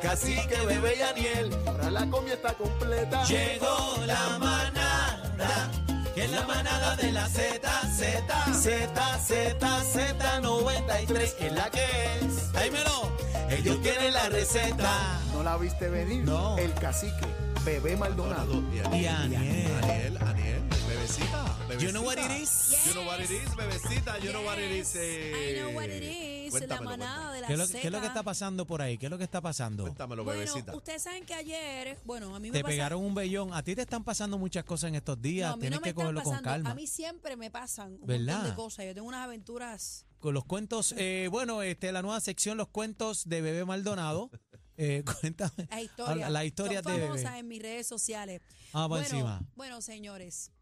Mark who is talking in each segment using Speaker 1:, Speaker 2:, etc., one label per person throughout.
Speaker 1: Cacique, bebé y Aniel.
Speaker 2: Ahora la comida está completa.
Speaker 1: Llegó la manada, que es la manada de la Z, Z, Z, Z, Z, 93, que es la que es. Dímelo, ellos tienen la receta.
Speaker 2: No la viste venir.
Speaker 1: No.
Speaker 2: El cacique, bebé Maldonado.
Speaker 1: Y Aniel.
Speaker 3: Aniel, Aniel, bebecita, bebecita.
Speaker 1: You know what it is?
Speaker 3: You know what it is, bebecita. You know what it is. eh.
Speaker 4: I know what it is, la
Speaker 3: Cuéntamelo,
Speaker 4: manada de la
Speaker 5: ¿Qué es, lo, qué es lo que
Speaker 4: Zeta.
Speaker 5: está pasando por ahí? ¿Qué es lo que está pasando?
Speaker 3: Cuéntamelo,
Speaker 4: Bueno,
Speaker 3: bebecita.
Speaker 4: ustedes saben que ayer, bueno, a mí me
Speaker 5: Te
Speaker 4: pasa-
Speaker 5: pegaron un vellón. A ti te están pasando muchas cosas en estos
Speaker 4: No,
Speaker 5: días.
Speaker 4: a mí
Speaker 5: Tienes
Speaker 4: no me
Speaker 5: que
Speaker 4: están
Speaker 5: cogerlo con
Speaker 4: pasando,
Speaker 5: calma.
Speaker 4: A mí siempre me pasan un montón
Speaker 5: ¿Verdad?
Speaker 4: de cosas. Yo tengo unas aventuras.
Speaker 5: Con los cuentos, eh, bueno, este, la nueva sección, los cuentos de Bebé Maldonado. Eh, cuéntame.
Speaker 4: Las historias.
Speaker 5: Habla- las historias
Speaker 4: son
Speaker 5: de Bebé.
Speaker 4: famosas en mis redes sociales.
Speaker 5: Ah, por
Speaker 4: bueno,
Speaker 5: encima.
Speaker 4: bueno, señores,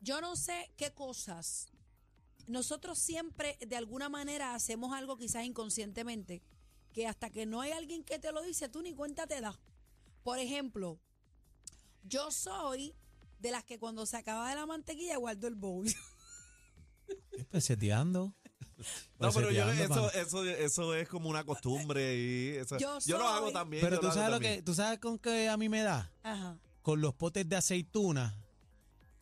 Speaker 4: yo no sé qué cosas. Nosotros siempre, de alguna manera, hacemos algo quizás inconscientemente, que hasta que no hay alguien que te lo dice, tú ni cuenta te das. Por ejemplo, yo soy de las que cuando se acaba de la mantequilla guardo el bowl.
Speaker 5: Peseteando.
Speaker 3: No,
Speaker 5: pues
Speaker 3: pero yo,
Speaker 5: Peseteando,
Speaker 3: eso,
Speaker 5: pana.
Speaker 3: eso, eso es como una costumbre y eso-
Speaker 4: Yo
Speaker 3: lo
Speaker 4: soy-
Speaker 3: hago también.
Speaker 5: Pero
Speaker 3: yo
Speaker 5: tú
Speaker 3: hago
Speaker 5: sabes, lo
Speaker 3: también.
Speaker 5: que, tú sabes con qué a mí me da.
Speaker 4: Ajá.
Speaker 5: Con los potes de aceituna.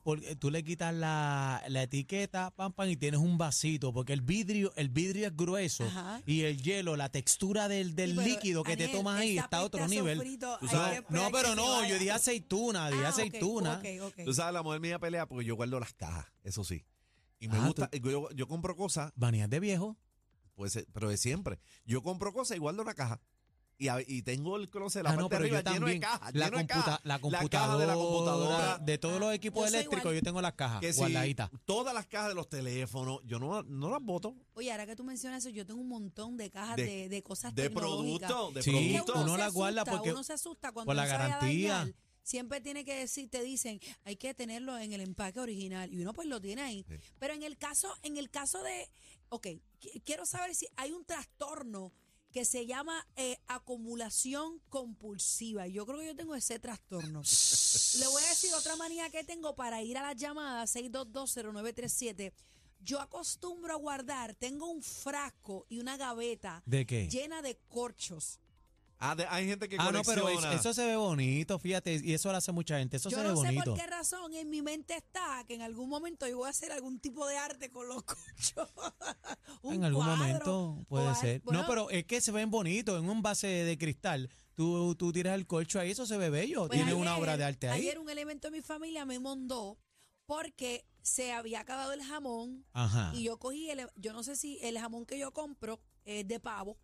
Speaker 5: Porque tú le quitas la, la etiqueta, pam, pam, y tienes un vasito. Porque el vidrio, el vidrio es grueso.
Speaker 4: Ajá.
Speaker 5: Y el hielo, la textura del, del
Speaker 4: Sí, pero,
Speaker 5: líquido que te
Speaker 4: Aniel,
Speaker 5: tomas ahí
Speaker 4: esa
Speaker 5: está a otro
Speaker 4: peste a
Speaker 5: nivel.
Speaker 4: sofrito,
Speaker 5: Tú
Speaker 4: hay
Speaker 5: sabes-
Speaker 4: que esperar
Speaker 5: no,
Speaker 4: que
Speaker 5: pero
Speaker 4: se
Speaker 5: no,
Speaker 4: vaya.
Speaker 5: yo dije aceituna, dije
Speaker 4: Ah, ok,
Speaker 5: aceituna.
Speaker 4: ok, ok.
Speaker 3: Tú sabes, la mujer mía pelea porque yo guardo las cajas, eso sí. Y me
Speaker 5: Ah,
Speaker 3: gusta, yo, yo compro cosas,
Speaker 5: Vanías de viejo.
Speaker 3: pues, eh, pero de siempre. Yo compro cosas y guardo una caja. Y, a- y tengo el closet, la
Speaker 5: Ah,
Speaker 3: parte
Speaker 5: no,
Speaker 3: de
Speaker 5: pero
Speaker 3: arriba
Speaker 5: yo
Speaker 3: lleno
Speaker 5: también.
Speaker 3: de cajas.
Speaker 5: la,
Speaker 3: lleno de
Speaker 5: computa-
Speaker 3: cajas.
Speaker 5: la
Speaker 3: caja
Speaker 5: computadora.
Speaker 3: de la computadora.
Speaker 5: De todos los equipos
Speaker 4: Yo soy
Speaker 5: eléctricos,
Speaker 4: igual.
Speaker 5: yo tengo las cajas
Speaker 3: que si
Speaker 5: guardaditas.
Speaker 3: todas las cajas de los teléfonos, yo no, no las boto.
Speaker 4: Oye, ahora que tú mencionas eso, yo tengo un montón de cajas de,
Speaker 3: De-
Speaker 4: de cosas
Speaker 3: de
Speaker 4: tecnológicas.
Speaker 3: producto, de
Speaker 5: Sí,
Speaker 4: Es que
Speaker 3: producto.
Speaker 5: uno
Speaker 4: se
Speaker 5: la guarda
Speaker 4: asusta,
Speaker 5: porque-
Speaker 4: uno se asusta cuando
Speaker 5: por la
Speaker 4: no se vaya a
Speaker 5: garantía.
Speaker 4: dañar. Siempre tiene que decir, te dicen, hay que tenerlo en el empaque original y uno pues lo tiene ahí.
Speaker 3: Sí.
Speaker 4: Pero en el caso, en el caso de, ok, qui- quiero saber si hay un trastorno que se llama eh, acumulación compulsiva. Y Yo creo que yo tengo ese trastorno. Le voy a decir otra manía que tengo para ir a las llamadas 6220937. Yo acostumbro a guardar, tengo un frasco y una gaveta
Speaker 5: ¿De qué?
Speaker 4: llena de corchos.
Speaker 3: Ah, de- hay gente que
Speaker 5: Ah, no,
Speaker 3: colecciona.
Speaker 5: pero eso, eso se ve bonito, fíjate, y eso lo hace mucha gente. Eso
Speaker 4: Yo
Speaker 5: se
Speaker 4: no
Speaker 5: ve
Speaker 4: sé
Speaker 5: bonito.
Speaker 4: por qué razón en mi mente está que en algún momento yo voy a hacer algún tipo de arte con los corchos. Un
Speaker 5: en algún
Speaker 4: cuadro,
Speaker 5: momento
Speaker 4: o
Speaker 5: puede
Speaker 4: al-
Speaker 5: ser.
Speaker 4: bueno,
Speaker 5: No, pero es que se ven bonitos en un envase de cristal. Tú, tú tiras el colcho ahí, eso se ve bello.
Speaker 4: Pues
Speaker 5: Tiene
Speaker 4: ayer-
Speaker 5: una obra de arte ahí.
Speaker 4: Ayer un elemento de mi familia me mondó porque se había acabado el jamón
Speaker 5: Ajá.
Speaker 4: y yo cogí, el, yo no sé si el jamón que yo compro es de pavo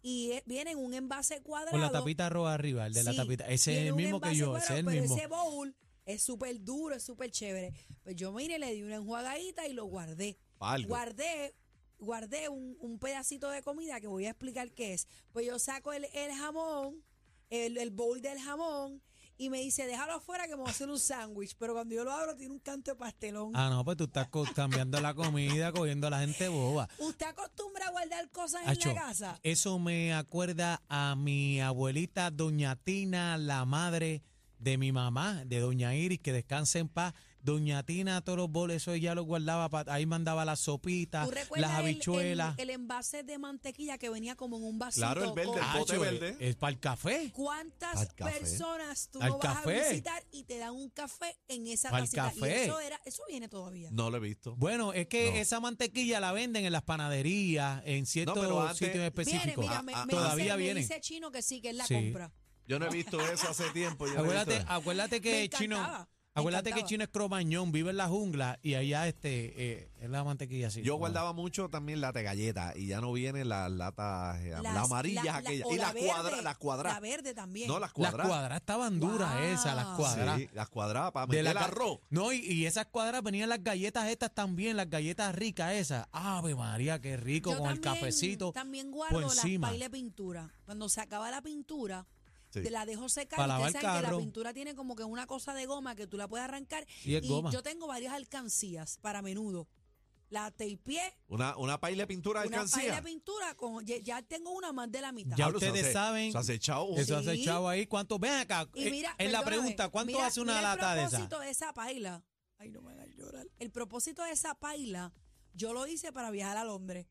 Speaker 4: y eh, viene en un envase cuadrado.
Speaker 5: Con la tapita roja arriba, el de la
Speaker 4: Sí,
Speaker 5: tapita. Ese es
Speaker 4: viene
Speaker 5: el
Speaker 4: un
Speaker 5: mismo que
Speaker 4: envase
Speaker 5: yo,
Speaker 4: cuadrado,
Speaker 5: ese es el
Speaker 4: pero
Speaker 5: mismo.
Speaker 4: ese bowl es súper duro, es súper chévere. Pues yo, mire, le di una enjuagadita y lo guardé.
Speaker 3: Pa' algo.
Speaker 4: Guardé guardé un, un pedacito de comida que voy a explicar qué es. Pues yo saco el, el jamón, el, el bowl del jamón, y me dice, déjalo afuera que me voy a hacer un sándwich. Pero cuando yo lo abro, tiene un canto de pastelón.
Speaker 5: Ah, no, pues tú estás co- cambiando la comida, cogiendo a la gente boba.
Speaker 4: ¿Usted acostumbra a guardar cosas
Speaker 5: Acho, eh,
Speaker 4: en la casa?
Speaker 5: eso me acuerda a mi abuelita Doña Tina, la madre de mi mamá, de Doña Iris, que descanse en paz. Doña Tina, todos los boles, eso ella los guardaba, pa- ahí mandaba las sopitas,
Speaker 4: ¿Tú recuerdas
Speaker 5: las
Speaker 4: el- el-
Speaker 5: habichuelas.
Speaker 4: El, envase de mantequilla que venía como en un vasito?
Speaker 3: Claro, el verde,
Speaker 4: con-
Speaker 3: el bote
Speaker 5: Acho,
Speaker 3: verde.
Speaker 5: Es, para el café.
Speaker 4: ¿Cuántas
Speaker 3: Al café.
Speaker 4: personas tú
Speaker 5: Al
Speaker 4: no vas a
Speaker 5: café.
Speaker 4: visitar y te dan un café en esa
Speaker 5: Al
Speaker 4: tacita? Y
Speaker 5: café.
Speaker 4: eso era, eso viene todavía.
Speaker 3: No lo he visto.
Speaker 5: Bueno, es que
Speaker 3: No.
Speaker 5: esa mantequilla la venden en las panaderías, en ciertos
Speaker 3: pero antes-
Speaker 5: sitios
Speaker 4: Viene,
Speaker 5: específicos.
Speaker 4: mira, me,
Speaker 3: Ah,
Speaker 4: me
Speaker 5: todavía
Speaker 4: dice, me
Speaker 5: vienen.
Speaker 4: dice Chino que sí, que es la
Speaker 5: Sí.
Speaker 4: compra.
Speaker 3: Yo no he visto eso hace tiempo. yo no he
Speaker 5: Acuérdate,
Speaker 3: visto eso.
Speaker 5: acuérdate
Speaker 4: Me
Speaker 5: que Chino,
Speaker 4: encantaba, me
Speaker 5: acuérdate que
Speaker 4: encantaba.
Speaker 5: Chino es cromañón, vive en la jungla y allá este eh, es la mantequilla así.
Speaker 3: Yo
Speaker 5: Ah.
Speaker 3: guardaba mucho también lata de galleta y ya no vienen las latas, eh, las
Speaker 4: Las-
Speaker 3: amarillas
Speaker 4: la- la-
Speaker 3: aquellas.
Speaker 4: o
Speaker 3: y
Speaker 4: la
Speaker 3: las cuadras,
Speaker 4: verde,
Speaker 3: las cuadras.
Speaker 4: La verde también.
Speaker 3: No, las
Speaker 5: Las
Speaker 3: cuadras.
Speaker 5: cuadras estaban duras
Speaker 4: Wow.
Speaker 5: esas, las cuadras.
Speaker 3: Sí, las cuadras para
Speaker 5: De
Speaker 3: meter
Speaker 5: la
Speaker 3: el
Speaker 5: ca-
Speaker 3: arroz.
Speaker 5: No, y, y esas cuadras venían las galletas estas también, las galletas ricas esas. Ave María, qué rico,
Speaker 4: Yo
Speaker 5: con el
Speaker 4: también-
Speaker 5: cafecito.
Speaker 4: También guardo
Speaker 5: por
Speaker 4: las
Speaker 5: encima.
Speaker 4: pailas de pintura. Cuando se acaba la pintura,
Speaker 3: Sí.
Speaker 4: te la dejo secar.
Speaker 5: Pa'
Speaker 4: y
Speaker 5: lavar
Speaker 4: ustedes saben que la
Speaker 5: carro.
Speaker 4: pintura tiene como que una cosa de goma que tú la puedes arrancar.
Speaker 5: Sí, es goma.
Speaker 4: yo tengo varias alcancías para menudo. La tapeé,
Speaker 3: Una, una paila de pintura de
Speaker 4: una paila
Speaker 3: alcancía.
Speaker 4: de pintura, con, ya, ya tengo una más de la mitad.
Speaker 5: Ya
Speaker 3: Diablo, eso
Speaker 5: ustedes
Speaker 3: hace-
Speaker 5: saben-
Speaker 3: eso hace echado.
Speaker 5: Eso hace
Speaker 4: Sí.
Speaker 5: echado ahí. ¿Cuánto? Ven acá.
Speaker 4: Y
Speaker 5: eh,
Speaker 4: mira,
Speaker 5: es la
Speaker 4: perdóname,
Speaker 5: pregunta. ¿Cuánto
Speaker 4: mira-
Speaker 5: hace una
Speaker 4: mira
Speaker 5: lata de
Speaker 4: El
Speaker 5: esa?
Speaker 4: propósito de esa paila. Ay, no me van a llorar. El propósito de esa paila, yo lo hice para viajar a Londres.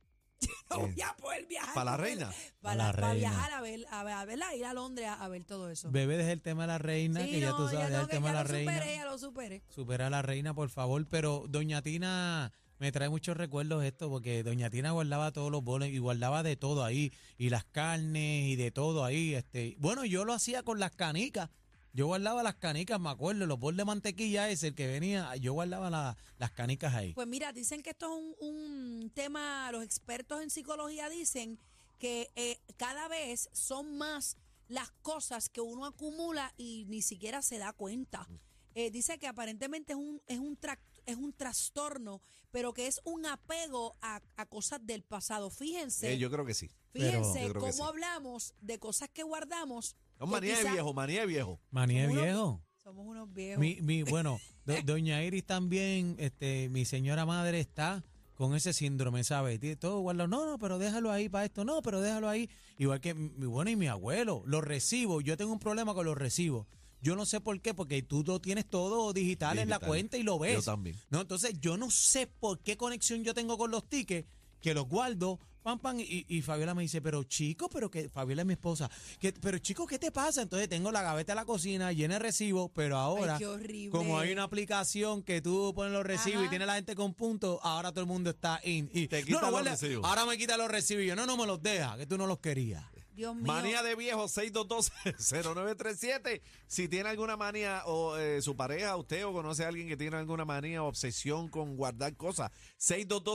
Speaker 4: No
Speaker 3: Eh,
Speaker 4: voy a poder viajar.
Speaker 3: ¿para la
Speaker 4: porque-
Speaker 3: reina?
Speaker 5: Para
Speaker 4: Para,
Speaker 5: la
Speaker 4: para
Speaker 5: reina.
Speaker 4: viajar a ver, a, ver- a verla, ir a Londres a, a ver todo eso.
Speaker 5: Bebé, deja el tema de la reina,
Speaker 4: Sí,
Speaker 5: que ya
Speaker 4: no,
Speaker 5: tú sabes,
Speaker 4: tengo
Speaker 5: deja el
Speaker 4: que-
Speaker 5: tema de
Speaker 4: ya
Speaker 5: la
Speaker 4: lo
Speaker 5: reina.
Speaker 4: superé, ya lo superé.
Speaker 5: Supera a la reina, por favor. Pero Doña Tina me trae muchos recuerdos esto, porque Doña Tina guardaba todos los boles y guardaba de todo ahí, y las carnes y de todo ahí. Este, bueno, yo lo hacía con las canicas. Yo guardaba las canicas, me acuerdo, los bols de mantequilla ese, el que venía, yo guardaba la- las canicas ahí.
Speaker 4: Pues mira, dicen que esto es un, un tema, los expertos en psicología dicen que eh, cada vez son más las cosas que uno acumula y ni siquiera se da cuenta. Eh, dice que aparentemente es un, es un trac- es un trastorno, pero que es un apego a, a cosas del pasado. Fíjense,
Speaker 3: Eh, yo creo que sí.
Speaker 4: fíjense
Speaker 3: Yo creo que
Speaker 4: cómo
Speaker 3: sí.
Speaker 4: hablamos de cosas que guardamos.
Speaker 3: Es
Speaker 4: que
Speaker 3: manía de
Speaker 4: quizá-
Speaker 3: viejo, manía de viejo.
Speaker 5: Maní
Speaker 4: Seguro.
Speaker 5: viejo.
Speaker 4: Somos unos viejos.
Speaker 5: Mi, mi- bueno, do- doña Iris también, este, mi señora madre está con ese síndrome, ¿sabes? Tiene Todo guardado, no, no, pero déjalo ahí para esto, no, pero déjalo ahí. Igual que, mi- bueno, y mi abuelo, los recibo, yo tengo un problema con los recibos. Yo no sé por qué, porque tú lo tienes todo digital, en la
Speaker 3: Digital.
Speaker 5: cuenta y lo ves.
Speaker 3: Yo también.
Speaker 5: No, entonces yo no sé por qué conexión yo tengo con los tickets, que los guardo, pam, pam, y, y Fabiola me dice, pero chico, pero que Fabiola es mi esposa, que, pero chico, ¿qué te pasa? Entonces tengo la gaveta de la cocina llena de recibos, pero ahora,
Speaker 4: Ay, qué horrible.
Speaker 5: como hay una aplicación que tú pones los recibos y
Speaker 4: Ajá.
Speaker 5: tiene la gente con puntos, ahora todo el mundo está in. Y,
Speaker 3: Te
Speaker 5: no,
Speaker 3: quita
Speaker 5: no,
Speaker 3: los
Speaker 5: guarda,
Speaker 3: recibos.
Speaker 5: Ahora me quita los recibos y yo, no, no me los deja, que tú no los querías.
Speaker 4: Dios mío.
Speaker 3: Manía de viejo 622-0937. Si tiene alguna manía o eh, su pareja, usted o conoce a alguien que tiene alguna manía o obsesión con guardar cosas,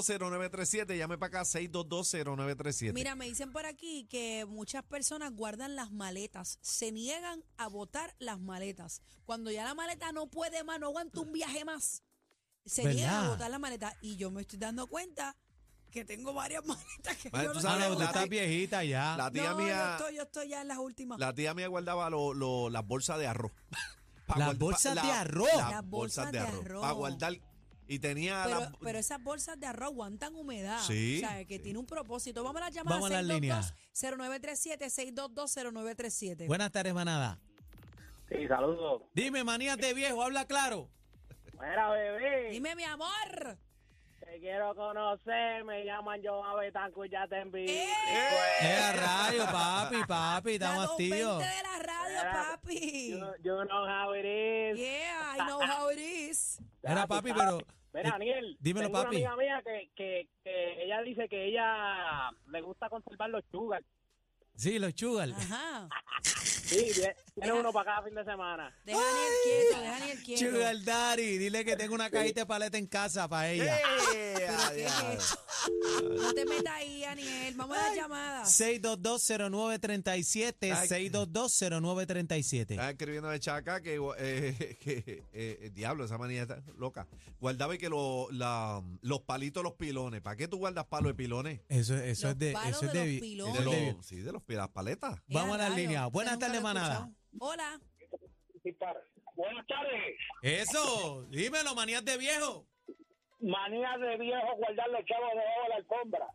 Speaker 3: 622-0937. Llame para acá 622-0937.
Speaker 4: Mira, me dicen por aquí que muchas personas guardan las maletas, se niegan a botar las maletas. Cuando ya la maleta no puede más, no aguanta un viaje más, se
Speaker 5: ¿Verdad?
Speaker 4: niegan a botar la maleta. Y yo me estoy dando cuenta que tengo varias maletas que
Speaker 3: Vale,
Speaker 4: yo
Speaker 3: tú
Speaker 4: no
Speaker 5: Ah,
Speaker 3: sabes,
Speaker 5: no,
Speaker 4: quiero
Speaker 5: tú
Speaker 3: la-
Speaker 5: estás
Speaker 4: botar.
Speaker 5: viejita ya.
Speaker 3: La tía
Speaker 4: No, yo
Speaker 3: mía,
Speaker 4: estoy, yo estoy ya en las últimas.
Speaker 3: la tía mía guardaba lo- lo- las bolsas de arroz. Pa
Speaker 5: Las
Speaker 3: guarda- pa-
Speaker 5: bolsas de arroz.
Speaker 3: Las
Speaker 4: Las
Speaker 3: bolsas de arroz. Para guardar. Y tenía ¡Eh!
Speaker 4: pero,
Speaker 3: las-
Speaker 4: pero esas bolsas de arroz aguantan humedad.
Speaker 3: Sí,
Speaker 4: O sea, que
Speaker 3: sí.
Speaker 4: tiene un propósito. Vamos a la llamada
Speaker 5: Vamos a las líneas.
Speaker 4: 0937 622-0937.
Speaker 5: Buenas tardes, manada.
Speaker 6: Sí, saludos.
Speaker 5: Dime, manías de viejo, habla claro.
Speaker 6: Mira, bebé,
Speaker 4: Dime, mi amor.
Speaker 6: te quiero conocer. Me llaman Joa Betancourt, ya te Pues, envío.
Speaker 5: Eh, a rayo, papi, papi,
Speaker 4: La
Speaker 5: estamos
Speaker 4: 220
Speaker 5: activos.
Speaker 4: de la radio,
Speaker 6: Era-
Speaker 4: papi.
Speaker 6: You, you know how it is.
Speaker 4: Yeah, I know how it is.
Speaker 5: Era
Speaker 6: Ya, tú
Speaker 5: papi, pero.
Speaker 6: sabes. Mira,
Speaker 5: eh,
Speaker 6: Daniel,
Speaker 5: dímelo,
Speaker 6: tengo
Speaker 5: papi.
Speaker 6: una amiga mía que, que, que ella dice que ella le gusta conservar los chugas.
Speaker 5: Sí, los chugal.
Speaker 4: Ajá.
Speaker 6: Sí, vie- tiene
Speaker 4: Mira.
Speaker 6: uno para cada fin de semana.
Speaker 4: Deja a Aniel quieto, deja a Aniel quieto.
Speaker 5: Chugal Daddy, dile que tengo una cajita de paleta en casa para ella.
Speaker 3: ¡Eh!
Speaker 4: ¿Qué es
Speaker 3: adiós.
Speaker 4: esto? No te metas ahí, Aniel. Vamos a la llamada.
Speaker 5: 6220937,
Speaker 3: Ay.
Speaker 5: 6220937.
Speaker 3: Estaba escribiendo de Chaca que, eh, que, eh, eh, diablo, esa manía está loca. Guardaba y que lo- la- los palitos, los pilones. ¿Para qué tú guardas palos de pilones?
Speaker 5: Eso, eso
Speaker 4: Los
Speaker 5: es de.
Speaker 4: palos
Speaker 5: Eso es
Speaker 4: de
Speaker 5: de.
Speaker 4: los
Speaker 5: vi-
Speaker 4: pilones.
Speaker 5: eso es de vi-
Speaker 3: los, sí, de los, de las paletas.
Speaker 4: Mira,
Speaker 5: Vamos a las
Speaker 4: rayo,
Speaker 5: líneas.
Speaker 4: usted
Speaker 5: Buenas
Speaker 4: nunca
Speaker 5: tardes,
Speaker 4: lo he
Speaker 5: manada.
Speaker 4: escuchado. Hola.
Speaker 6: Buenas tardes.
Speaker 5: Eso, dímelo, manías de viejo.
Speaker 6: Manía de viejo guardar los chavos debajo de la alfombra.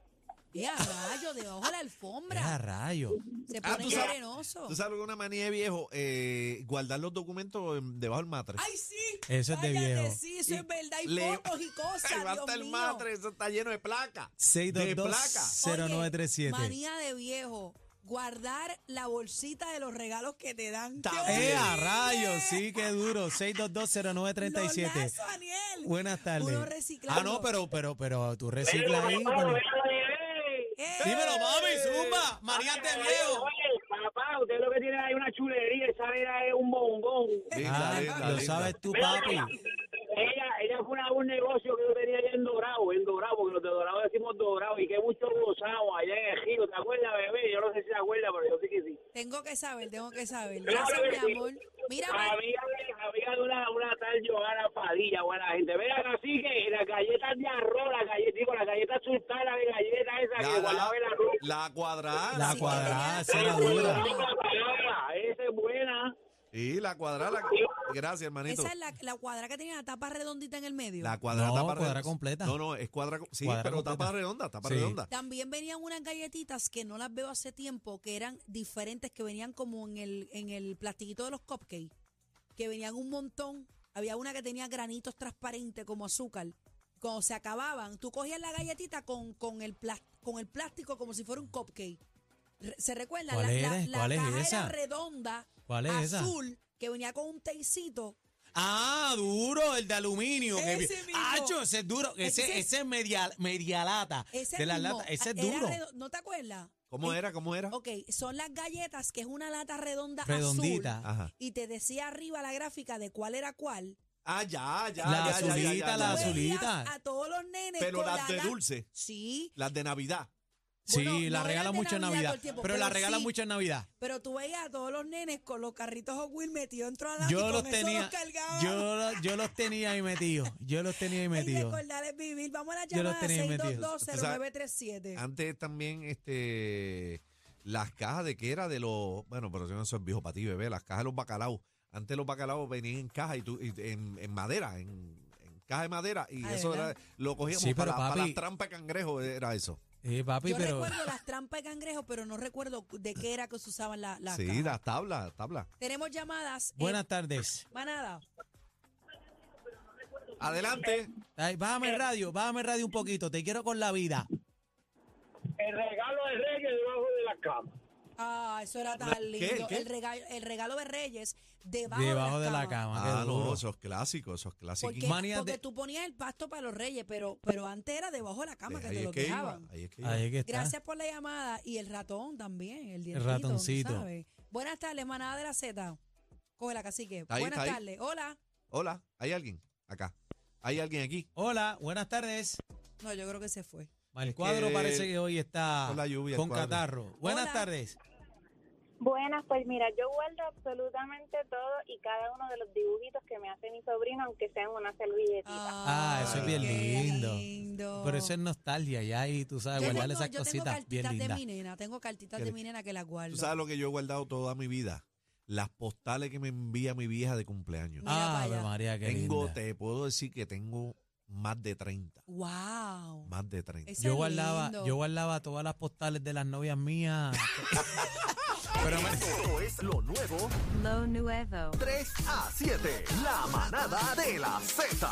Speaker 4: Deja rayo, debajo de la
Speaker 5: Era
Speaker 4: alfombra.
Speaker 5: rayo.
Speaker 4: Se
Speaker 3: Ah,
Speaker 4: pone
Speaker 3: tú sabes-
Speaker 4: arenoso.
Speaker 3: Tú sabes lo que es una manía de viejo, Eh, guardar los documentos en- debajo del matre.
Speaker 4: Ay, sí.
Speaker 5: Eso es de
Speaker 4: Cállate,
Speaker 5: viejo.
Speaker 4: Sí, eso
Speaker 3: Y
Speaker 4: es verdad. Hay
Speaker 3: le-
Speaker 4: fotos y cosas.
Speaker 3: Levanta
Speaker 4: Dios
Speaker 3: el
Speaker 4: mío.
Speaker 3: matre, eso está lleno de placas. De placas.
Speaker 4: Oye,
Speaker 5: 6220937.
Speaker 4: Manía de viejo. Guardar la bolsita de los regalos que te dan. ¡Qué
Speaker 5: ¡Eh, a
Speaker 4: horrible!
Speaker 5: rayos! Sí, qué duro. 6220937.
Speaker 4: Los lazos, Daniel.
Speaker 5: Buenas tardes.
Speaker 4: Uno reciclando.
Speaker 5: ah, no, pero, pero, pero tú reciclas ahí. pero-
Speaker 4: Eh,
Speaker 5: Dímelo, mami, zumba. Manías de viejo.
Speaker 6: Papá, usted lo que tiene ahí es una chulería, esa era es un bombón.
Speaker 3: Linda,
Speaker 5: Ah,
Speaker 3: linda,
Speaker 5: lo
Speaker 3: linda.
Speaker 5: sabes tú,
Speaker 6: Mira,
Speaker 5: papi.
Speaker 6: Ella, ella fue una, un negocio que yo tenía allá en Dorado, en Dorado, porque los de Dorado decimos Dorado, y que mucho gozamos allá en Ejido, ¿te acuerdas, bebé? Yo no sé si te acuerdas, pero yo sí que sí.
Speaker 4: Tengo que saber, tengo que saber.
Speaker 6: Claro
Speaker 4: Gracias,
Speaker 6: que
Speaker 4: mi
Speaker 6: sí.
Speaker 4: amor. Mira, man-
Speaker 6: Amiga, de- amiga de una, una tal Joana Padilla, buena gente. Vean así que las galletas de arroz, las galletas, digo, las galletas sultanas de galletas esas
Speaker 3: La,
Speaker 6: que guardaba el arroz.
Speaker 3: la, la cuadrada.
Speaker 5: La
Speaker 4: sí que
Speaker 5: cuadrada,
Speaker 4: tenía-
Speaker 5: esa era dura.
Speaker 6: Esa es buena.
Speaker 3: Y la cuadrada. la- Gracias, hermanito.
Speaker 4: Esa es la, la cuadra que tenía la tapa redondita en el medio.
Speaker 3: La cuadrada
Speaker 5: No,
Speaker 3: tapa
Speaker 5: cuadra
Speaker 3: redonda.
Speaker 5: completa.
Speaker 3: No, no, es cuadra. co- Sí,
Speaker 5: Cuadra
Speaker 3: pero tapa
Speaker 5: completa.
Speaker 3: redonda, tapa
Speaker 5: Sí.
Speaker 3: redonda.
Speaker 4: También venían unas galletitas que no las veo hace tiempo, que eran diferentes, que venían como en el, en el plastiquito de los cupcakes, que venían un montón. Había una que tenía granitos transparentes como azúcar. cuando se acababan, tú cogías la galletita con, con, el, plas- con el plástico como si fuera un cupcake. Re- ¿Se recuerdan?
Speaker 5: ¿Cuál
Speaker 4: la
Speaker 5: era?
Speaker 4: la, la
Speaker 5: ¿Cuál es
Speaker 4: caja
Speaker 5: esa?
Speaker 4: era redonda,
Speaker 5: ¿Cuál es esa?
Speaker 4: azul, que venía con un teicito.
Speaker 5: Ah, duro, el de aluminio. que vi-
Speaker 4: Ese mismo.
Speaker 5: Acho, ese es duro. Ese,
Speaker 4: Entonces-
Speaker 5: ese es media, media lata.
Speaker 4: Ese
Speaker 5: de las
Speaker 4: mismo,
Speaker 5: latas. Ese es
Speaker 4: era
Speaker 5: duro.
Speaker 4: redo- ¿No te acuerdas?
Speaker 3: ¿Cómo
Speaker 4: Eh,
Speaker 3: era? ¿Cómo era?
Speaker 4: Ok, son las galletas, que es una lata redonda
Speaker 5: Redondita.
Speaker 4: azul.
Speaker 3: Ajá.
Speaker 4: Y te decía arriba la gráfica de cuál era cuál.
Speaker 3: Ah, ya, ya.
Speaker 5: La
Speaker 3: ya, ya, ya,
Speaker 5: azulita,
Speaker 3: ya, ya,
Speaker 5: la
Speaker 3: ya.
Speaker 4: Tú
Speaker 5: azulita.
Speaker 4: veías A todos los nenes.
Speaker 3: Pero
Speaker 4: con
Speaker 3: las
Speaker 4: la
Speaker 3: de
Speaker 4: la-
Speaker 3: dulce,
Speaker 4: Sí.
Speaker 3: las de Navidad.
Speaker 5: Sí,
Speaker 4: Bueno,
Speaker 5: la
Speaker 4: no
Speaker 5: regala
Speaker 4: eran de
Speaker 5: mucho en
Speaker 4: Navidad todo
Speaker 5: Navidad.
Speaker 4: el tiempo,
Speaker 5: pero, la
Speaker 4: pero
Speaker 5: regala
Speaker 4: sí.
Speaker 5: mucho en Navidad.
Speaker 4: Pero tú veías a todos los nenes con los carritos Hot Wheels metidos dentro de la y
Speaker 5: Yo
Speaker 4: con
Speaker 5: los
Speaker 4: eso
Speaker 5: tenía.
Speaker 4: cargaba.
Speaker 5: Yo, lo- yo los tenía ahí metidos. Yo los tenía ahí
Speaker 4: Ay,
Speaker 5: metidos.
Speaker 4: recordar es vivir. Vamos a la
Speaker 5: Yo los
Speaker 4: llamada
Speaker 5: tenía ahí metidos.
Speaker 4: 6220937.
Speaker 3: Antes también, este, las cajas de que era de los, bueno, pero eso es viejo para ti, bebé, las cajas de los bacalaos. Antes los bacalaos venían en caja y tú, y en, en madera, en, en caja de madera, y
Speaker 4: Ah,
Speaker 3: eso era-
Speaker 4: ¿verdad?
Speaker 3: lo cogíamos
Speaker 5: Sí, pero
Speaker 3: para, para
Speaker 5: papi-
Speaker 3: las trampas de cangrejo, era eso.
Speaker 5: Sí,
Speaker 3: Ah,
Speaker 5: papi,
Speaker 4: Yo
Speaker 5: pero.
Speaker 4: recuerdo las trampas de cangrejo, pero no recuerdo de qué era que se usaban la- las
Speaker 3: sí,
Speaker 4: cajas.
Speaker 3: las tablas, tablas.
Speaker 4: Tenemos llamadas. eh,
Speaker 5: Buenas tardes.
Speaker 4: manada.
Speaker 3: Adelante.
Speaker 5: Ay, bájame el radio, bájame el radio un poquito. Te quiero con la vida.
Speaker 6: El regalo de Reyes debajo de la cama.
Speaker 4: Ah, eso era tan lindo.
Speaker 3: ¿qué?
Speaker 4: El, regalo, el regalo de Reyes debajo,
Speaker 5: Debajo de la
Speaker 4: cama.
Speaker 5: cama.
Speaker 3: Ah,
Speaker 5: qué duro.
Speaker 3: no, esos clásicos, esos clásicos.
Speaker 4: Porque,
Speaker 5: Manía
Speaker 4: porque
Speaker 5: de-
Speaker 4: tú ponías el pasto para los reyes, pero, pero antes era debajo de la cama que
Speaker 3: ahí
Speaker 4: te
Speaker 3: es
Speaker 4: lo
Speaker 3: que iba,
Speaker 4: dejaban.
Speaker 3: ahí es que iba.
Speaker 5: Ahí es que está.
Speaker 4: Gracias por la llamada y el ratón también, el dientito,
Speaker 5: ratoncito.
Speaker 4: tú sabes. Buenas tardes, manada de la Z. Cógela, cacique.
Speaker 3: Está ahí,
Speaker 4: Buenas
Speaker 3: está ahí.
Speaker 4: tardes. Hola.
Speaker 3: Hola, ¿hay alguien acá? ¿Hay alguien aquí?
Speaker 5: Hola, buenas tardes.
Speaker 4: No, yo creo que se fue.
Speaker 5: El cuadro
Speaker 3: que
Speaker 5: parece que hoy está
Speaker 3: con la lluvia el
Speaker 5: con
Speaker 3: cuadro.
Speaker 5: catarro. Buenas
Speaker 4: Hola.
Speaker 5: tardes.
Speaker 7: Buenas, pues mira, yo guardo absolutamente todo y cada uno de los dibujitos que me hace mi sobrino, aunque sean una servilletita.
Speaker 5: Ah, eso es bien
Speaker 4: qué
Speaker 5: lindo.
Speaker 4: lindo.
Speaker 5: Pero eso es nostalgia ya y tú sabes,
Speaker 4: Yo
Speaker 5: guardar
Speaker 4: tengo-
Speaker 5: esas
Speaker 4: yo tengo
Speaker 5: cositas bien
Speaker 4: cartitas de
Speaker 5: lindas.
Speaker 4: mi nena, tengo cartitas de mi nena que las guardo.
Speaker 3: Tú sabes lo que yo he guardado toda mi vida. Las postales que me envía mi vieja de cumpleaños.
Speaker 4: Mira para
Speaker 5: Ah,
Speaker 4: allá.
Speaker 5: María, qué
Speaker 3: tengo,
Speaker 5: linda.
Speaker 3: te puedo decir que tengo más de 30.
Speaker 4: Wow.
Speaker 3: Más de 30.
Speaker 4: Ese
Speaker 5: Yo
Speaker 4: es
Speaker 5: guardaba,
Speaker 4: lindo.
Speaker 5: yo guardaba todas las postales de las novias mías. Pero me-
Speaker 2: Esto es lo nuevo.
Speaker 8: Lo nuevo.
Speaker 2: 3 a 7. La manada de la Z.